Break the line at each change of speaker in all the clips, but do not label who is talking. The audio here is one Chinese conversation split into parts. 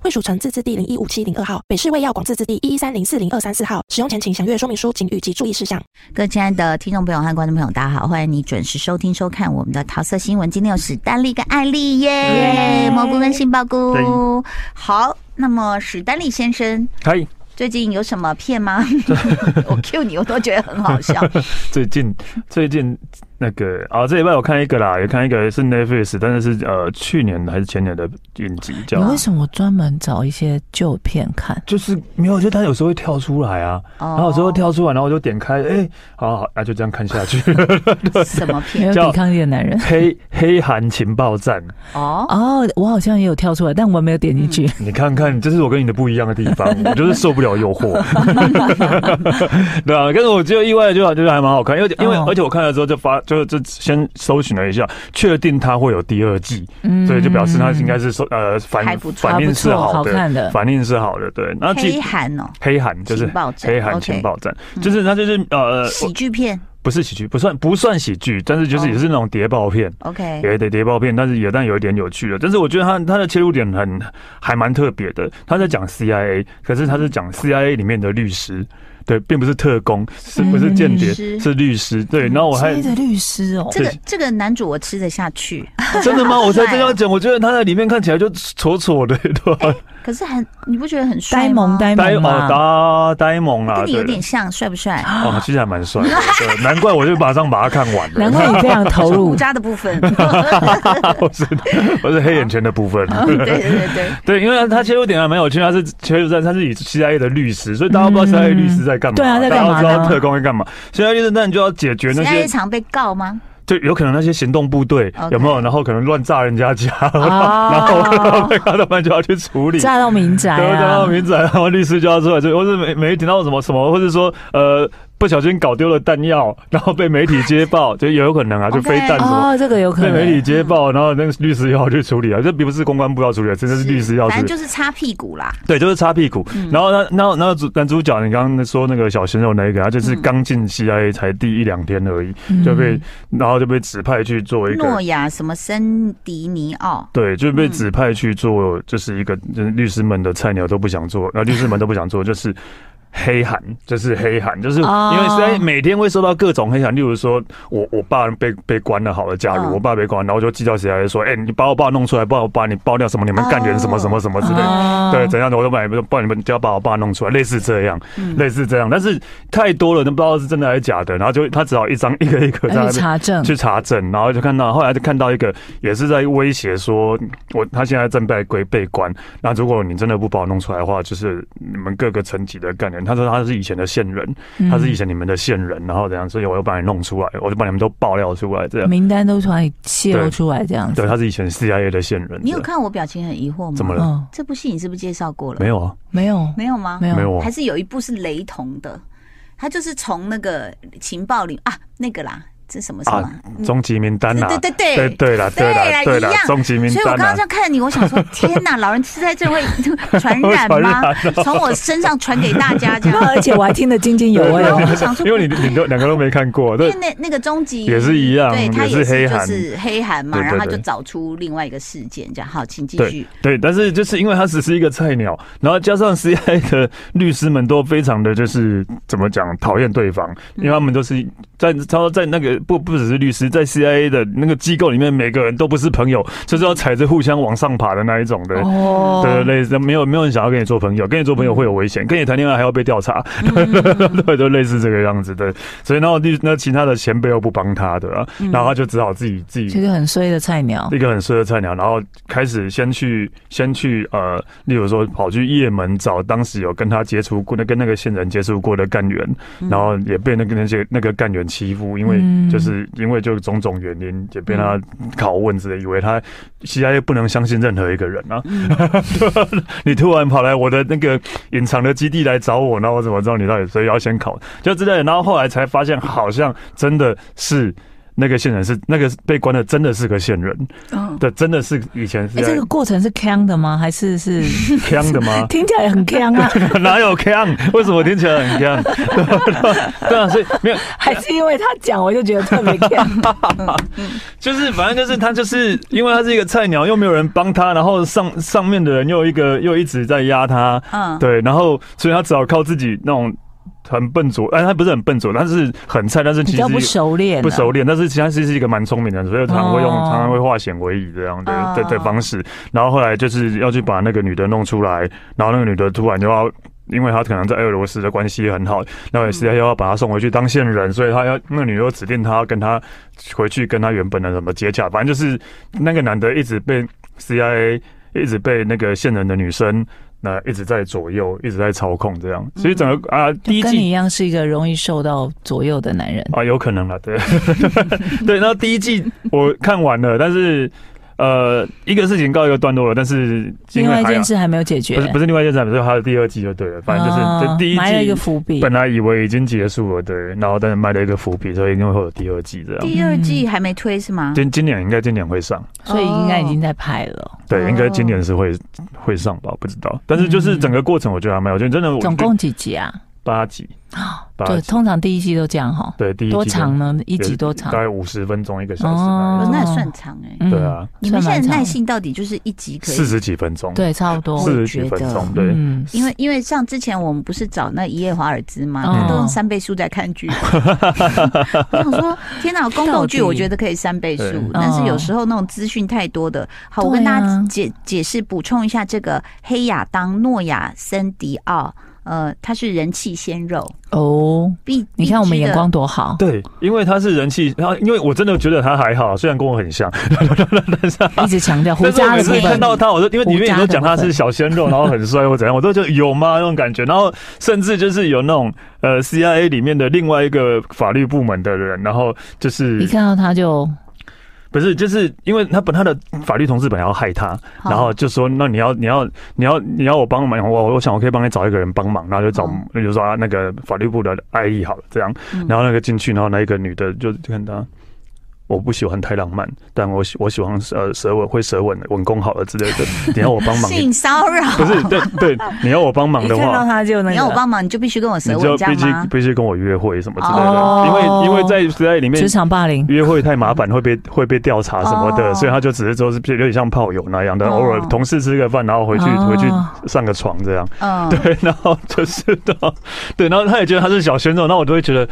惠蜀城自治地零一五七零二号，北市卫药广自治地一一三零四零二三四号。使用前请详阅说明书请及注意事项。
各位亲爱的听众朋友和观众朋友，大家好，欢迎你准时收听收看我们的桃色新闻。今天有史丹利跟艾丽耶，蘑菇跟杏鲍菇。好，那么史丹利先生
嗨，
最近有什么片吗？ 我 Q 你，我都觉得很好 笑。
最近最近那个啊，这礼拜我看一个啦，也看一个是 Netflix，但是是呃去年的还是前年的影集
你
叫
为，什么专门找一些旧片 看？
就是没有，就它有时候会跳出来啊，然
哦
然
后有时候跳出来，然后我就点开，哎、好好，那就这样看下去。
什么
没
片？
有
叫
抵抗力的男 人。
黑黑韩情报站，
哦，
哦，我好像也有跳出来，但我没有点进去。
你看看，这是我跟你的不一样的地 方，我就是受不了诱惑。 对啊，但是我觉得意外的就好就是还蛮好看，因为因为
哦
而且我看了之后就发就就先搜寻了一下，确定它会有第二季，
嗯
所以就表示它应该是说呃
还
反
不错
反应是
还不错好
的，
看的
反应是好的。对，那
黑
记
韩哦，
黑韩就是
情报站
黑韩
OK 嗯
情报站，就是它就是呃
喜哦剧片。
不是喜剧，不算不算喜剧，但是就是也是那种谍报片。
OK，
也得谍报片，但是也但有一点有趣的，但是我觉得他他的切入点很还蛮特别的，他在讲 CIA，可是他是
嗯
讲 CIA 里面的律师，对，并不是特工，是不是间
嗯
谍
律，师嗯
是律师，对。然后我还
追的律师哦，
这个
对
这个男主我吃得下去，
真 的吗？我
啊
才这样讲，我觉得他在里面看起来就丑丑的， 对吧？
可是很你不觉得很帅
呆
吗
萌？呆
呆
萌
哦
嘛，
呆呆萌啦，
跟你有
对
点像，帅不帅？
哦，其实还蛮帅的，对难怪我就马上把它看完了。
啊难怪你非常投
胡
入。
渣的部分。
我是 我是黑眼圈的部分。
啊
对对对对，
对，因为他切入点还蛮有趣，啊他是切入在他是以 CIA 的律师，所以大家不知道 CIA 律师在干嘛，
嗯对啊在干
大家
嘛
都知道
呢
特工在干嘛，CIA 律师那你就要解决那
现在
些
日，常被告吗？
就有可能那些行动部队
OK
有没有，然后可能乱炸人家家， 然后
哦，
他们就要去处理。
炸到民宅
对，然后
啊！
民仔，然后律师就要出来说，或是媒媒体听到什么什么，或者说呃不小心搞丢了弹药，然后被媒体接报，就也有可能啊，就
OK
飞弹什么。
哦，这个有可
被媒体
能。
接报，然后那个律师又要去处理啊，这并不是公关部要处理，真的是律师要
反
处
正
理。
就是擦屁股啦。
对，就是擦屁股。
嗯
然后那那那主男主角，你刚刚说那个小鲜肉那个，他就是刚进 CIA 才第一两天而已，
嗯
就被然后就被指派去做一
诺
个。
亚什么森迪尼奥，
对，就
嗯
被指派去做，就是一个就是律师们的菜鸟都不想做，然后律师们都不想做，就是黑函，就是黑函，就是因
哦
为 CIA 每天会收到各种黑函，例如说我我爸被被关了，好了，假如
嗯
我爸被关，然后就寄到 CIA 说，哎、你把我爸弄出来，不然我把你爆料什么，你们干点什么什么什么之类的。
哦
对，怎样的我都买，不然你们就要把我爸弄出来，类似这样，
嗯
类似这样。但是太多了，都不知道是真的还是假的，然后就他只好一张一个一个在
要
那
去
边
查
嗯
证。
去查证，然后就看到，后来就看到一个也是在威胁说，我他现在正被归被关，那如果你真的不把我弄出来的话，就是你们各个层级的干人。他说他是以前的线人，
嗯
嗯
他是以前你们的线人，然后怎样，所以我又把你弄出来，我就把你们都爆料出来，这样。
名单都突然泄露出来这样子。
对，他是以前 CIA 的线人。
你有
这样
看我表情很疑惑吗？
怎么了？
嗯，
这部戏你是不是介绍过了？
没有啊，
没有，
没有吗？
没有，
没有啊
还。是有一部是雷同的，它就是从那个情报里啊，那个啦，这什么什么？
啊终极名单啦，
对对对
对
对
对啦，对啦，
对啦
对
一样
啦，终极名
所以我
单
刚刚
啊啦
这，样看着你，我想说，天 哪，老人痴呆症会传染
会传
吗
染？
从我身上传给大家 这样。
而且我还听得津津有味
然
哦
后。我就想说，
因为你你都两个都没 看过，
因
对
为，那那个终极
也是一样
对，它
也是黑
就
函
是黑函嘛，
对对
然后他就
对
找出另外一个事件，这样好，请继续
对。对，但是就是因为他只是一个菜鸟，然后加上 CIA 的律师们都非常的就是怎么讲讨厌对方，因为他们都是在他说在那个不不只是律师，在 CIA 的那个机构里面，每个人都不是朋友，就是要踩着互相往上爬的那一种的。
哦
对对，类似没有没有人想要跟你做朋友，跟你做朋友会有危险，跟你谈恋爱还要被调查， 对，就类似这个样子对，所以然后那其他的前辈又不帮他的、啊，然后他就只好自己自己
就是很衰的菜鸟。
一个很适合菜鸟，然后开始先去先去呃，例如说跑去也门找当时有跟他接触过的、跟那个线人接触过的干员，然后也被那个那些那个干员欺负，因为
嗯
就是因为就种种原因也被他拷问之类，以为他 CIA 不能相信任何一个人啊。 你突然跑来我的那个隐藏的基地来找我，那我怎么知道你到底？所以要先考就之类的。然后后来才发现，好像真的是。那个线人是那个被关的，真的是个线人，
嗯，
对，啊真的是以前是
哎，
在
这个过程是 can 的吗？还是是
坑的吗？
听起来很 can 啊？
哪有坑？为什么听起来很坑？对啊，所以没有，
还是因为他讲，我就觉得特别 can？
就是反正就是他就是因为他是一个菜鸟，又没有人帮他，然后上上面的人又一个又一直在压他，
嗯
对，然后所以他只好靠自己那种很笨拙，哎，他不是很笨拙，他是很菜，但是
比
其实
较不熟练啊，
不熟练，但是其实他是一个蛮聪明的人，所以常常会用、
哦
常常会化险为夷这样的
哦
的的方式。然后后来就是要去把那个女的弄出来，然后那个女的突然就要。因为她可能在俄罗斯的关系很好，那也是要把她送回去当线人，所以她要那个女的又指定她要跟她回去跟她原本的什么接洽，反正就是那个男的一直被 CIA 一直被那个线人的女生那一直在左右，一直在操控这样，所以整个啊、第一
跟
季
你一样是一个容易受到左右的男人。
啊，有可能了，对 对。那第一季我看完了，但是呃，一个事情告一个段落了，但是因
另
为
外一
还有
件事还没有解决，
不是不是另外一件事，不是还有第二季就对了，反正就是、
哦
这第一
埋了一
季
个伏笔。
本来以为已经结束了，对，然后但是埋了一个伏笔，所以一定会有第二季这样。
第二季还没推是吗？
今今年应该今年会上，
所以应该已经在拍了，
对，
哦
应该今年是会会上吧，不知道。但是就是整个过程，我觉得还蛮有趣，真的。我
嗯总共几集啊？
八集，八
对，
集，
通常第一季都这样哈。
对，第一季
多长呢？一集多
大
长？
概五十分钟，一个小时那
哦
样，
那也算长哎。
嗯
对，啊，
你们现在
算蛮长
耐性到底就是一集可以
四十几分钟，
对，差不多。
四十几分钟，对。
嗯，
因为因为像之前我们不是找那一夜华尔兹嘛，
嗯
他都用三倍速在看 剧。 我想说，天哪，宫斗剧
到底
我觉得可以三倍速
对，
但是有时候那种资讯太多的，好，我
嗯对啊
跟大家解解释补充一下，这个黑亚当诺亚森迪奥，呃，他是人气鲜肉，
哦，
必
你看我们眼。光
必
多好，
对，因为他是人气，然后因为我真的觉得他还好，虽然跟我很像， 啊
一直强调胡
但是我
渣
每
的
次
部
看
分。
到他，我就因为里面
胡渣
你
的
都讲他
部分
是小鲜肉，然后很帅或怎样，我都觉得有吗那种感觉。然后甚至就是有那种呃 CIA 里面的另外一个法律部门的人，然后就是
一看到他就
不是就是因为他本他的法律同事本来要害他，
好
然后就说那你要你要你要你要我帮忙，我我想我可以帮你找一个人帮忙，然后就找
嗯
那就说啊那个法律部的爱意好了这样，
嗯
然后那个进去，然后那一个女的就就跟他。我不喜欢太浪漫，但我喜我喜欢呃舌吻会舌吻的吻功好了之类的。你要我帮忙，
性骚扰，
不是对对，你要我帮忙
一
的
看
话，
到他就那
你要我
个
帮忙，你就必须跟我
你
舌吻，
就
这
必
样
须
吗？
必须跟我约会什么之类的。
哦
因为因为在时代里面
职，场霸凌。
约会太麻烦，会被会被调查什么的，
哦
所以他就只是说是有点像炮友那样的，
哦
偶尔同事吃个饭，然后回去、
哦
回去上个床这样。
嗯，
对，然后就是的，对，然后他也觉得他是小鲜肉，那我就会觉得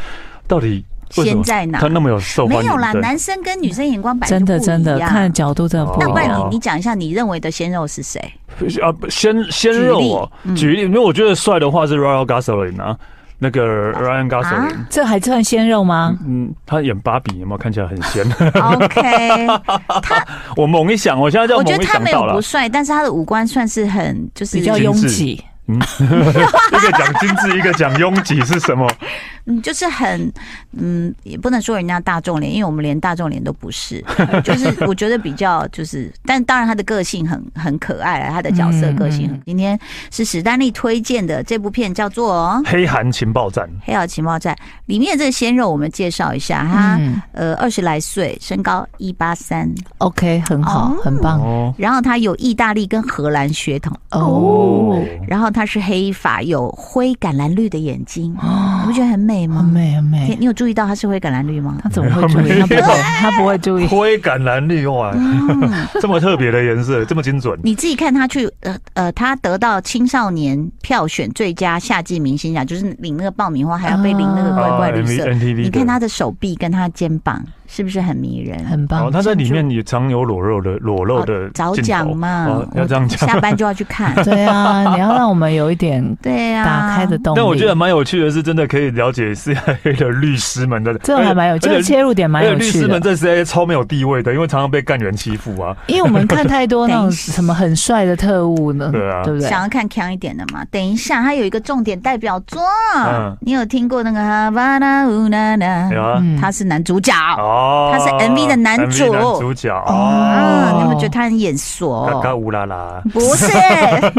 到底为什
先
么
在哪
他？那么有受欢
没
迎？
有啦，
对
男生跟女生眼光本来
真
就
的
不
真的
一样
看角度真的不
那
一
不然
样，
你你讲一下你认为的鲜肉是 谁？
啊，不鲜鲜肉哦，
嗯
举例，因为我觉得帅的话是 Ryan Gosling 啊，那个 Ryan
啊
Gosling，、
这还算鲜肉吗？
嗯，他演芭比有没有看起来很鲜？
OK，
我猛一想，我现在叫
我
猛
觉得
一
他
想
没
到
有
了
不，帅，但是他的五官算是很就是
比较拥挤，
一个讲精致，一个讲拥挤是什么？
嗯，就是很嗯，也不能说人家大众脸，因为我们连大众脸都不 是，就是我觉得比较就是，但当然他的个性很很可爱啊，他的角色个性很。
嗯
今天是史丹利推荐的这部片叫做《
黑韩情报站，
黑曜情报站》，里面这个鲜肉我们介绍一下，他、
嗯
呃二十来岁，身高一八三，
，OK，很好
哦，
很棒
哦
然后他有意大利跟荷兰血统。
哦，
然后他是黑发，有灰橄榄绿的眼睛，
哦
你不觉得很美吗？
很美很
你
美。
你有注意到他是灰橄榄绿 吗？
他怎么会注
没
意？
有
他不会，他不会 注意。
灰橄榄绿哇，这么特别的颜色，这么精准，
你自己看他去，呃呃，他得到青少年票选最佳夏季明
嗯啊哦
星奖，就是领那个爆米花，还要被淋那个怪怪绿色。
MV NTV，
你看他的手臂跟他的肩膀，是不是很迷人？
很
哦
棒，。。
他在里面也常有裸露的裸露的
哦早
镜头
讲嘛，
哦要
我
这样讲。
下班就要去看
对啊，你要让我们有一点
对啊呀、
打开的动
啊
力。
但我觉得蛮有趣的是，真的可以了解 CIA 的律师 们的，
这种还蛮有，这
而
个
且
切入点蛮
而且
有
律
趣
师
的
们。在 CIA 超没有地位的，因为常常被干员欺负啊。
因为我们看太多那
等 一
种
下
什么很帅的特务呢，
对啊
不对？
想要看强一点的嘛？等一下，它有一个重点代表作，
嗯
你有听过那个哈巴那乌那那？
有啊，
嗯
他是男主角。
哦，
他是 MV 的男主
MV 男主角哦，
啊，你有没有觉得他很眼熟？
嘎嘎乌拉拉，
不是，哎、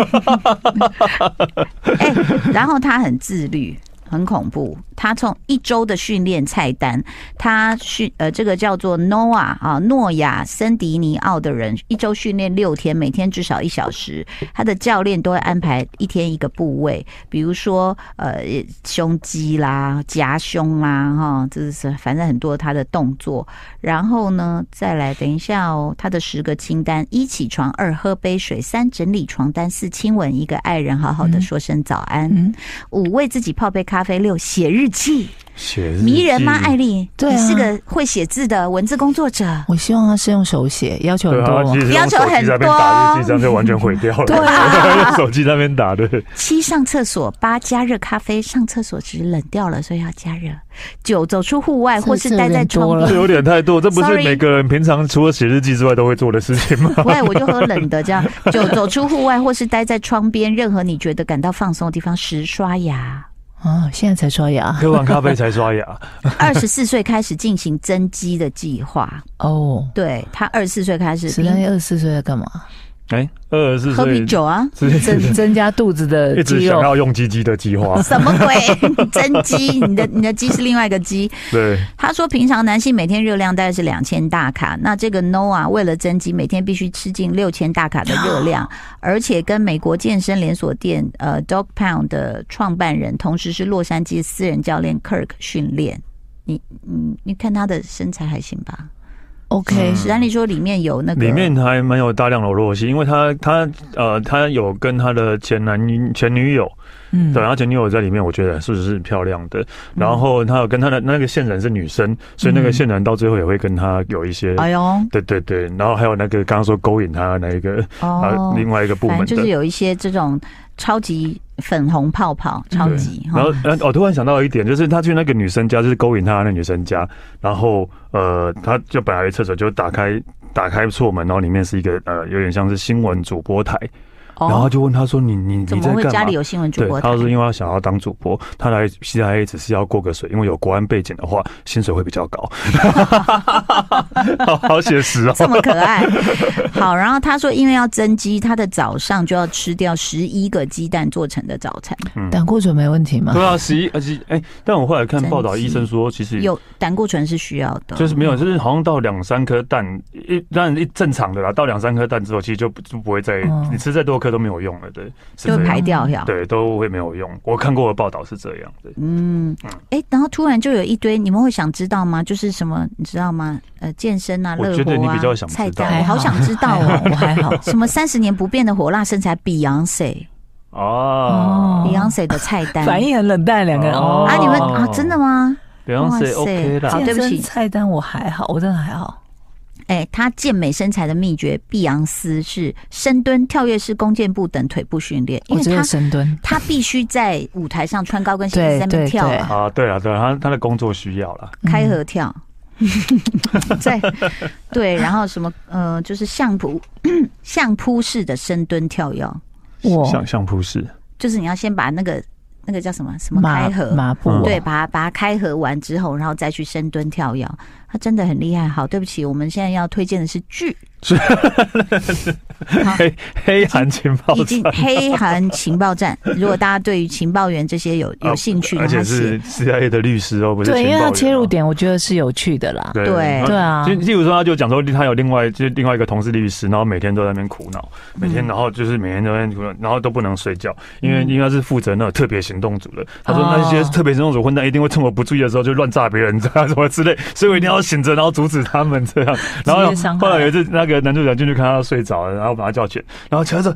然后他很自律，很恐怖。他从一周的训练菜单，他训呃，这个叫做 Noah 啊，诺亚森迪尼奥的人，一周训练六天，每天至少一小时。他的教练都会安排一天一个部位，比如说呃胸肌啦、夹胸啦，哈，这是反正很多他的动作。然后呢，再来等一下哦，他的十个清单：一起床，二喝杯水，三整理床单，四亲吻一个爱人，好好的说声早安，
嗯
五为自己泡杯咖啡，六写日记，
写日记
迷人吗？艾丽，
对啊
你是个会写字的文字工作者。
我希望他是用手写，要求很
对
多
啊，
吗
其？实用
要求
手机
很
在那边
多
打日记，这样就完全毁掉 了。对啊， 用手机在那边打对。
七上厕所，八加热咖啡，上厕所时冷掉了，所以要加热。九走出户外
这
或是待在床
这
这
边。
有点太多，这不是
Sorry
每个人平常除了写日记之外都会做的事情吗？
喂， 我就喝冷的这 样。九走出户外或是待在窗边，任何你觉得感到放松的地方。十刷牙。
啊，现在才刷牙
喝完咖啡才刷牙，
二十四岁开始进行增肌的计划，
哦。
对他二十四岁开始
十三、二十四岁在干嘛？
哎，二十四
喝
岁
啤酒啊，，
之类的
增增加肚子的
一直
肌
想
肉，
要用鸡鸡的计划
什么 鬼？增肌？你的你的肌是另外一个肌。
对，
他说，平常男性每天热量大概是两千大卡，那这个 Noah 为了增肌，每天必须吃进六千大卡的热量，而且跟美国健身连锁店呃 Dog Pound 的创办人，同时是洛杉矶私人教练 Kirk 训练。你嗯，你看他的身材还行吧？嗯
OK，
史丹利说里面有那个
里面还蛮有大量裸露戏，因为他他呃他有跟他的前男前女友，
嗯，
对，他前女友在里面，我觉得是不是漂亮的？然后他有跟他的那个线人是女生，所以
嗯
那个线人到最后也会跟他有一些，
哎呦
对对对，然后还有那个刚刚说勾引他的那一个
哦
啊，另外一个部
反
门
正就是
的。
有一些这种超级粉红泡泡，超
对
级
然
哈
后，呃，我突然想到一点，就是他去那个女生家，就是勾引他的那女生家，然后呃，他就本来厕所就打开打开错门，然后里面是一个呃，有点像是新闻主播台，然后他就问他说：“你你
哦怎
你
么
在
会
干
家
嘛
里？”有新闻主
对
播，台
他？是因为他想要当主播，他来 CIA 只是要过个水，因为有国安背景的话，薪水会比较 高。好好写实哦，
这么可爱，好。然后他说，因为要增肌，他的早上就要吃掉十一个鸡蛋做成的早餐，
胆固醇没问题吗
对？啊，十一而且哎，但我后来看报道，
真
医生说其实
有胆固醇是需要的。
嗯就是没有，就是好像到两三颗蛋，一当然一正常的啦，到两三颗蛋之后，其实就不就不会再
哦
你吃再多颗都没有用了，对，是
就
这
会排
样。
掉呀，
对，都会没有用。我看过的报道是这样的，
嗯，哎、然后突然就有一堆，你们会想知道吗？就是什么，你知道吗？呃，健身啊，
我
乐
觉得
活
你
啊
比较，想知道
菜单，
还
我好
好
想知道
还好
哦。
我还好
什么三十年不变的火辣身材 Beyonce，
啊哦
Beyonce 的菜单。
反应很冷淡，两个人
哦啊
哦
啊，你们
哦
啊，真的吗？哇塞
Beyonce OK 啦
好，对不起
健身菜单我还好，我真的还好。
哎，他健美身材的秘诀，碧昂斯是深蹲、跳跃式弓箭步等腿部训练，因
我
为
只
他
有深蹲，
他必须在舞台上穿高跟鞋
对
在那边
对嗯
跳
对
啊，
啊，对了对了，他他的工作需要啦。
开合跳， 在对，然后什么呃，就是相扑 相扑式的深蹲跳跃，
我
哦
像相扑式，
就是你要先把那个那个叫什么什么
马
开合
马步
嗯
对，把它把它开合完之后，然后再去深蹲跳跃，他真的很厉害。好，对不起，我们现在要推荐的是剧，
黑黑韩情报
已经
站，
黑韩情报 站。如果大家对于情报员这些有有兴趣，
哦而
让他
且
写
是 CIA 的律师哦，不是
对，
情
因为
报
他
员
切入
哦。
点我觉得是有趣的啦。
对
对
嗯
对啊
就例如说，他就讲说，他有另外就是另外一个同事律师，然后每天都在那边苦恼，每
嗯
天然后就是每天都在那边苦恼，然后都不能睡觉，因为因为他是负责那种特别行动组的。他说
哦
那些特别行动组混蛋一定会趁我不注意的时候就乱炸别人，这样什么之类，所以我一定要醒着，然后阻止他们这 样。然
职
后
业伤害
后来有一次，那个男主角进去看他睡着了，然后把他叫起来，然后起来说。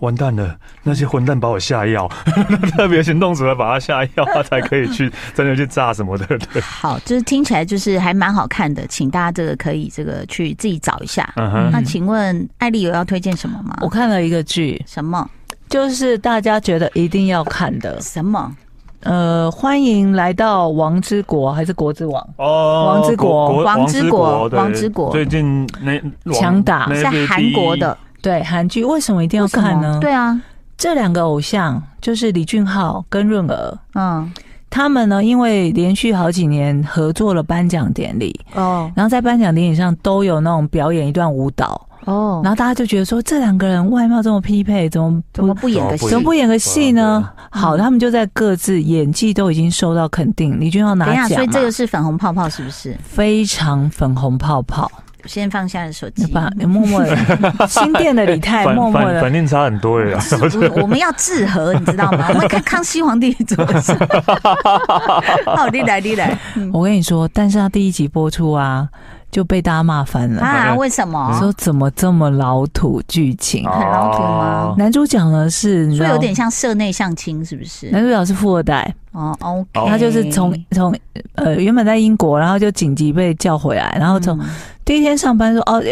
完蛋了，那些混蛋把我下药， 特别行动组的把他下药，他才可以去真的去炸什么的。对，
好，就是听起来就是还蛮好看的，请大家这个可以这个去自己找一下。
嗯哼，
那请问艾丽有要推荐什么吗？
我看了一个剧，
什么
就是大家觉得一定要看的，
什么？
呃，欢迎来到王之国还是国之王？
哦
王之国
王之国
对
王之国
最近那王
强打
那
是
被
韩
第一
国的，
对，韩剧为什么一定要
为什
看
么？
呢？
对啊，
这两个偶像就是李俊昊跟润儿，
嗯，
他们呢因为连续好几年合作了颁奖典礼，
哦
然后在颁奖典礼上都有那种表演一段舞蹈，
哦，
然后大家就觉得说这两个人外貌这么匹配，怎么
怎么
不
不演个戏
怎
怎？么不演个戏呢？
对
好，
嗯
他们就在各自演技都已经受到肯定，李俊昊
等一
拿
下，
奖
所
嘛
以这个是粉红泡泡是不是？
非常粉红泡泡，
先放下了手
你
机。
把默默的 新店的李泰
反
哎默默
反
的
反应差很多耶。
是我我们要治和，你知道吗？我们看康熙皇帝怎么 治。好，哦你来，你来。嗯
我跟你说，但是他第一集播出啊，就被大家骂翻了，
啊，为什么？
说怎么这么老土剧情。
很老土吗
哦
男主角呢是，你知
说
道
有点像社内相亲，是不是？
男主角是富二代，
哦，OK，
哦
他就是从
嗯
从呃原本在英国，然后就紧急被叫回来，然后从、
嗯
第一天上班说哦，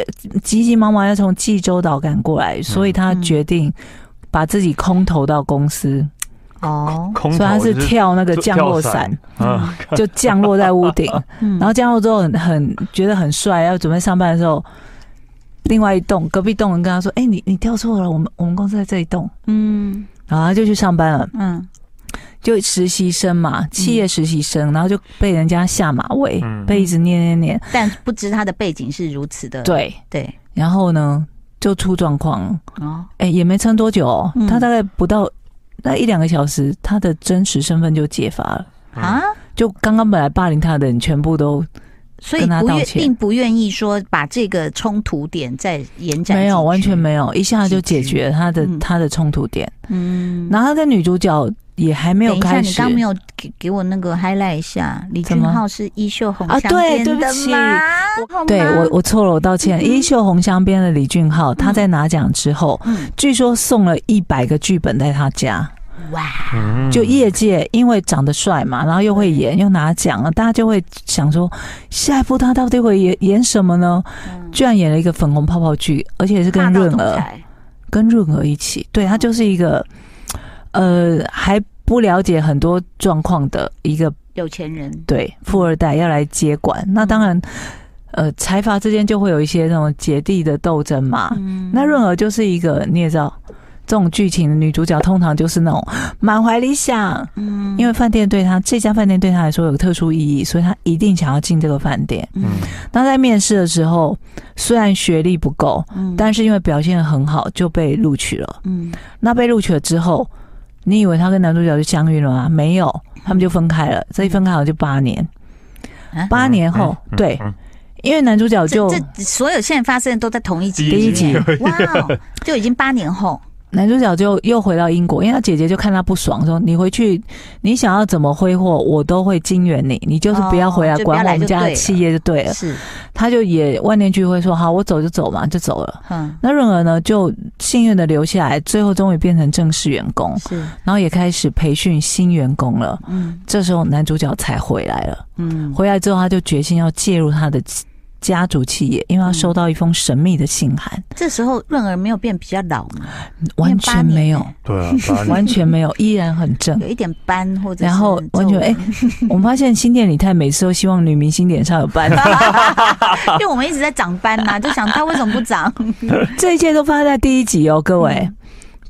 急急忙忙要从济州岛赶过来，所以他决定把自己空投到公司，
哦，
空投
所以他是
就是
跳那个
嗯就
降落
跳
伞，
啊，
就降落在屋顶。
嗯
然后降落之后很很觉得很帅，要准备上班的时候，另外一栋隔壁栋人跟他说：“哎、你你跳错了，我们我们公司在这一栋。
嗯”
然后他就去上班了，
嗯，
就实习生嘛，企业实习生，然后就被人家下马威，
嗯
被一直念念念。
但不知他的背景是如此的，
对，
对，
然后呢就出状况了，
哦，
哎、也没撑多久哦、
嗯
他大概不到那一两个小时，他的真实身份就揭发了。
啊，
就刚刚本来霸凌他的人全部都
所以
跟他
不
道
愿
歉
并不愿意说把这个冲突点再延展，
没有，完全，没有，一下就解决了他的、
嗯
他的冲突点。
嗯，
然后他跟女主角也还没
没
有
等一下，
开
你
始
刚，没有给给我那个 highlight 一下，李
怎
俊
么
昊是衣袖红
啊
香
对
边
对不
的
起
吗好
对
吗嗯
我我错了，我道歉。《衣袖红香边》的李俊昊，他在拿奖之后，
嗯，
据说送了一百个剧本在他家，
哇，
嗯
就业界因为长得帅嘛，然后又会演又拿奖了，大家就会想说，下一部他到底会演演什么呢？居然演了一个粉红泡泡剧，而且是跟
霸嗯道
润
总
儿
裁嗯
跟润儿一起，对他就是一个，呃，还不了解很多状况的一个
有钱人，
对富二代要来接管。那
嗯
当然，呃，财阀之间就会有一些那种姐弟的斗争嘛。
嗯
啊那润儿就是一个你也知道，这种剧情的女主角通常就是那种 满怀理想，
嗯
因为饭店对她这家饭店对她来说有特殊意义，所以她一定想要进这个饭店。
嗯
那在面试的时候，虽然学历不够，
嗯
但是因为表现很好就被录取了。
嗯
那被录取了之后，你以为她跟男主角就相遇了吗？没有，
嗯
他们就分开了。这一分开好像就八年
啊，
八年后，
嗯
对，
嗯
因为男主角
这
就
这所有现在发生的都在同一集
第
一
里面， 哇哦，就已经八年后，
男主角就又回到英国，因为他姐姐就看他不爽，说你回去，你想要怎么挥霍，我都会金援你，你就是不要回来
哦就不要
管
来
我们家的
就对了
企业就对了。
是，
他就也万念俱灰说好，我走就走嘛，就走了。
嗯，
那润儿呢，就幸运的留下来，最后终于变成正式员工，
是，
然后也开始培训新员工了。
嗯
这时候男主角才回来了。
嗯，
回来之后，他就决心要介入他的家族企业，因为他收到一封神秘的信函，
这时候润儿没有变比较老嘛，
完全没有
因为，
对啊，把你
完全没有，依然很正
八年有。一点斑或者是
然后完全哎，我们发现新店李太每次都希望女明星脸上有 斑，
皱纹 因为我们一直在长斑 嘛，就想他为什么不长？
这一切都发生在第一集哦，各位。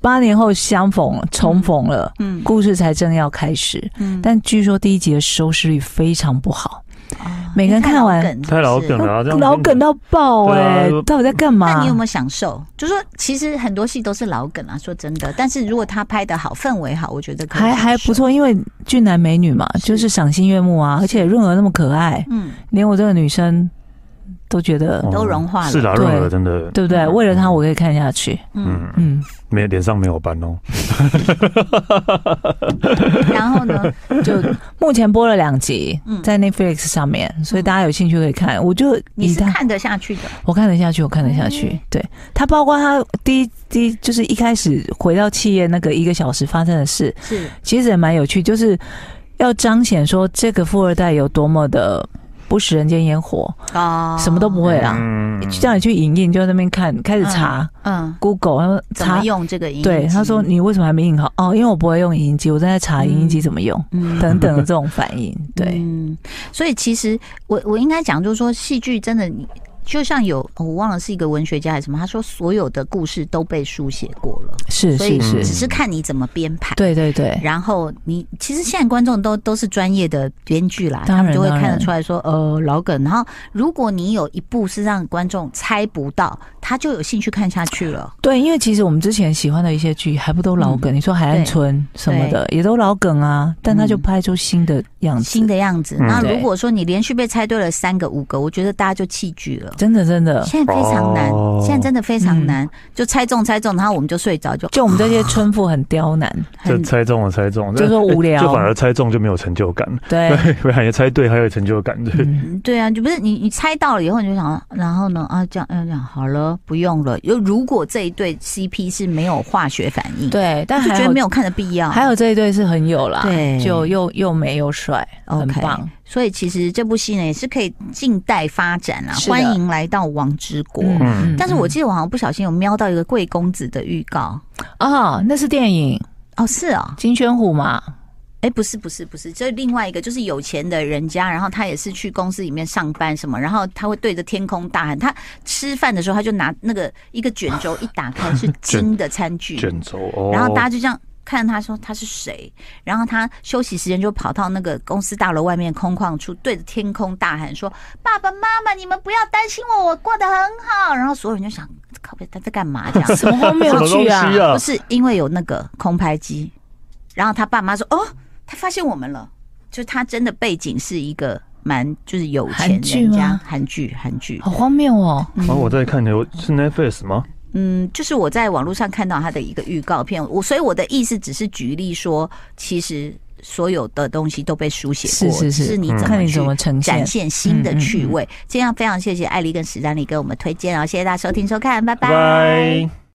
八年后相逢重逢了，
嗯
故事才正要开始。
嗯，
但据说第一集的收视率非常不好，
哦
每个人看完
太老梗。了啊，这样
老梗到爆
对啊
哎、
就
到底在干
那
嘛
你有？没有享受？就说其实很多戏都是老梗啊，说真的。但是如果他拍的好，氛围好，我觉得可以
还还不错，因为俊男
嗯
美女嘛，就是赏心悦目啊，而且润儿那么可爱，
嗯，
连我这个女生都觉得
哦
都融化了
是啦，
对
融了，真的，
对不对？为了他，我可以看下去。
嗯，
嗯，
没脸上没有斑哦，
然后 呢？
就目前播了两集
嗯，
在 Netflix 上面，所以大家有兴趣可以看。我就
你
以
是
他，
看得下去的，
我看得下去，我看得下
嗯
去。对他，包括他第一第一就是一开始回到企业那个一个小时发生的事，
是
其实也蛮有趣，就是要彰显说这个富二代有多么的不食人间烟火，
啊
什么都不会啦。
嗯，
就叫你去影印，就在那边看，开始查、
嗯，
Google，然后
怎么
查。
用这个音？
对，他说你为什么还没印好？哦，因为我不会用影印机，我正在查影印机怎么用，
嗯
等等的这种反应。对，
嗯，所以其实我我应该讲，就是说戏剧真的，你就像有哦我忘了是一个文学家还是什么，他说所有的故事都被书写过了，
是
所以
是
只
是，
是看你怎么编排。
对对对，
然后你其实现在观众都都是专业的编剧啦，
当
他
然
们就会看
当
得
然
出来说，呃，老梗。然后如果你有一部是让观众猜不到，他就有兴趣看下去了。
对，因为其实我们之前喜欢的一些剧还不都
嗯
老梗，你说《海岸村》什么的也都老梗啊，但他就拍出新的样子，
嗯新的样子。
嗯
那如
对
果说你连续被猜对了三个、五个，我觉得大家就弃剧了。
真的 真的，嗯
现在非常难，
哦
现在真的非常难，就猜中猜中，然后我们就睡着，就
就我们这些村妇很刁难，
这
很
猜中了，猜中了，哎
就说无聊
就反而猜中就没有成就感，
对，
对，感觉猜对还有成就感，对，
嗯
对啊，就不是你你猜到了以后你就想，然后呢啊这样嗯这样好了，不用了。又如果这一对 CP 是没有化学反应，，
对，但
就
还
觉得
有
没有看的必要。
还有这一对是很有啦，
对
就又又美又帅，很
OK
棒。
所以其实这部戏呢也是可以静待发展啦，
是的
欢迎来到王之国。
嗯
但是我记得我好像不小心有瞄到一个贵公子的预告，
哦，那是电影
哦是哦，
《金宣虎》嘛，
哎，不是不是不是，这另外一个就是有钱的人家，然后他也是去公司里面上班什么，然后他会对着天空大喊。他吃饭的时候，他就拿那个一个卷轴一打开是金的餐具，
卷轴哦，
然后大家就这样看他说他是谁，然后他休息时间就跑到那个公司大楼外面空旷处，对着天空大喊说：“爸爸妈妈，你们不要担心我，我过得很好。”然后所有人就想，靠北他在干嘛这样？
什么后面
什么东
去
西
啊？
啊
不？是因为有那个空拍机，然后他爸妈说：“哦，他发现我们了。”就他真的背景是一个蛮就是有钱
韩剧
人
吗
家，韩剧韩剧
好。荒谬哦！
然后我在看有是 Netflix 吗？
嗯，就是我在网络上看到他的一个预告片，我所以我的意思只是举例说，其实所有的东西都被书写过，
是是是
只你怎
看
么
你
去
怎么呈现
展。现新的
嗯嗯
趣
嗯
嗯味。这样非常谢谢艾丽跟史丹利给我们推荐哦，谢谢大家收听收看，拜
拜拜。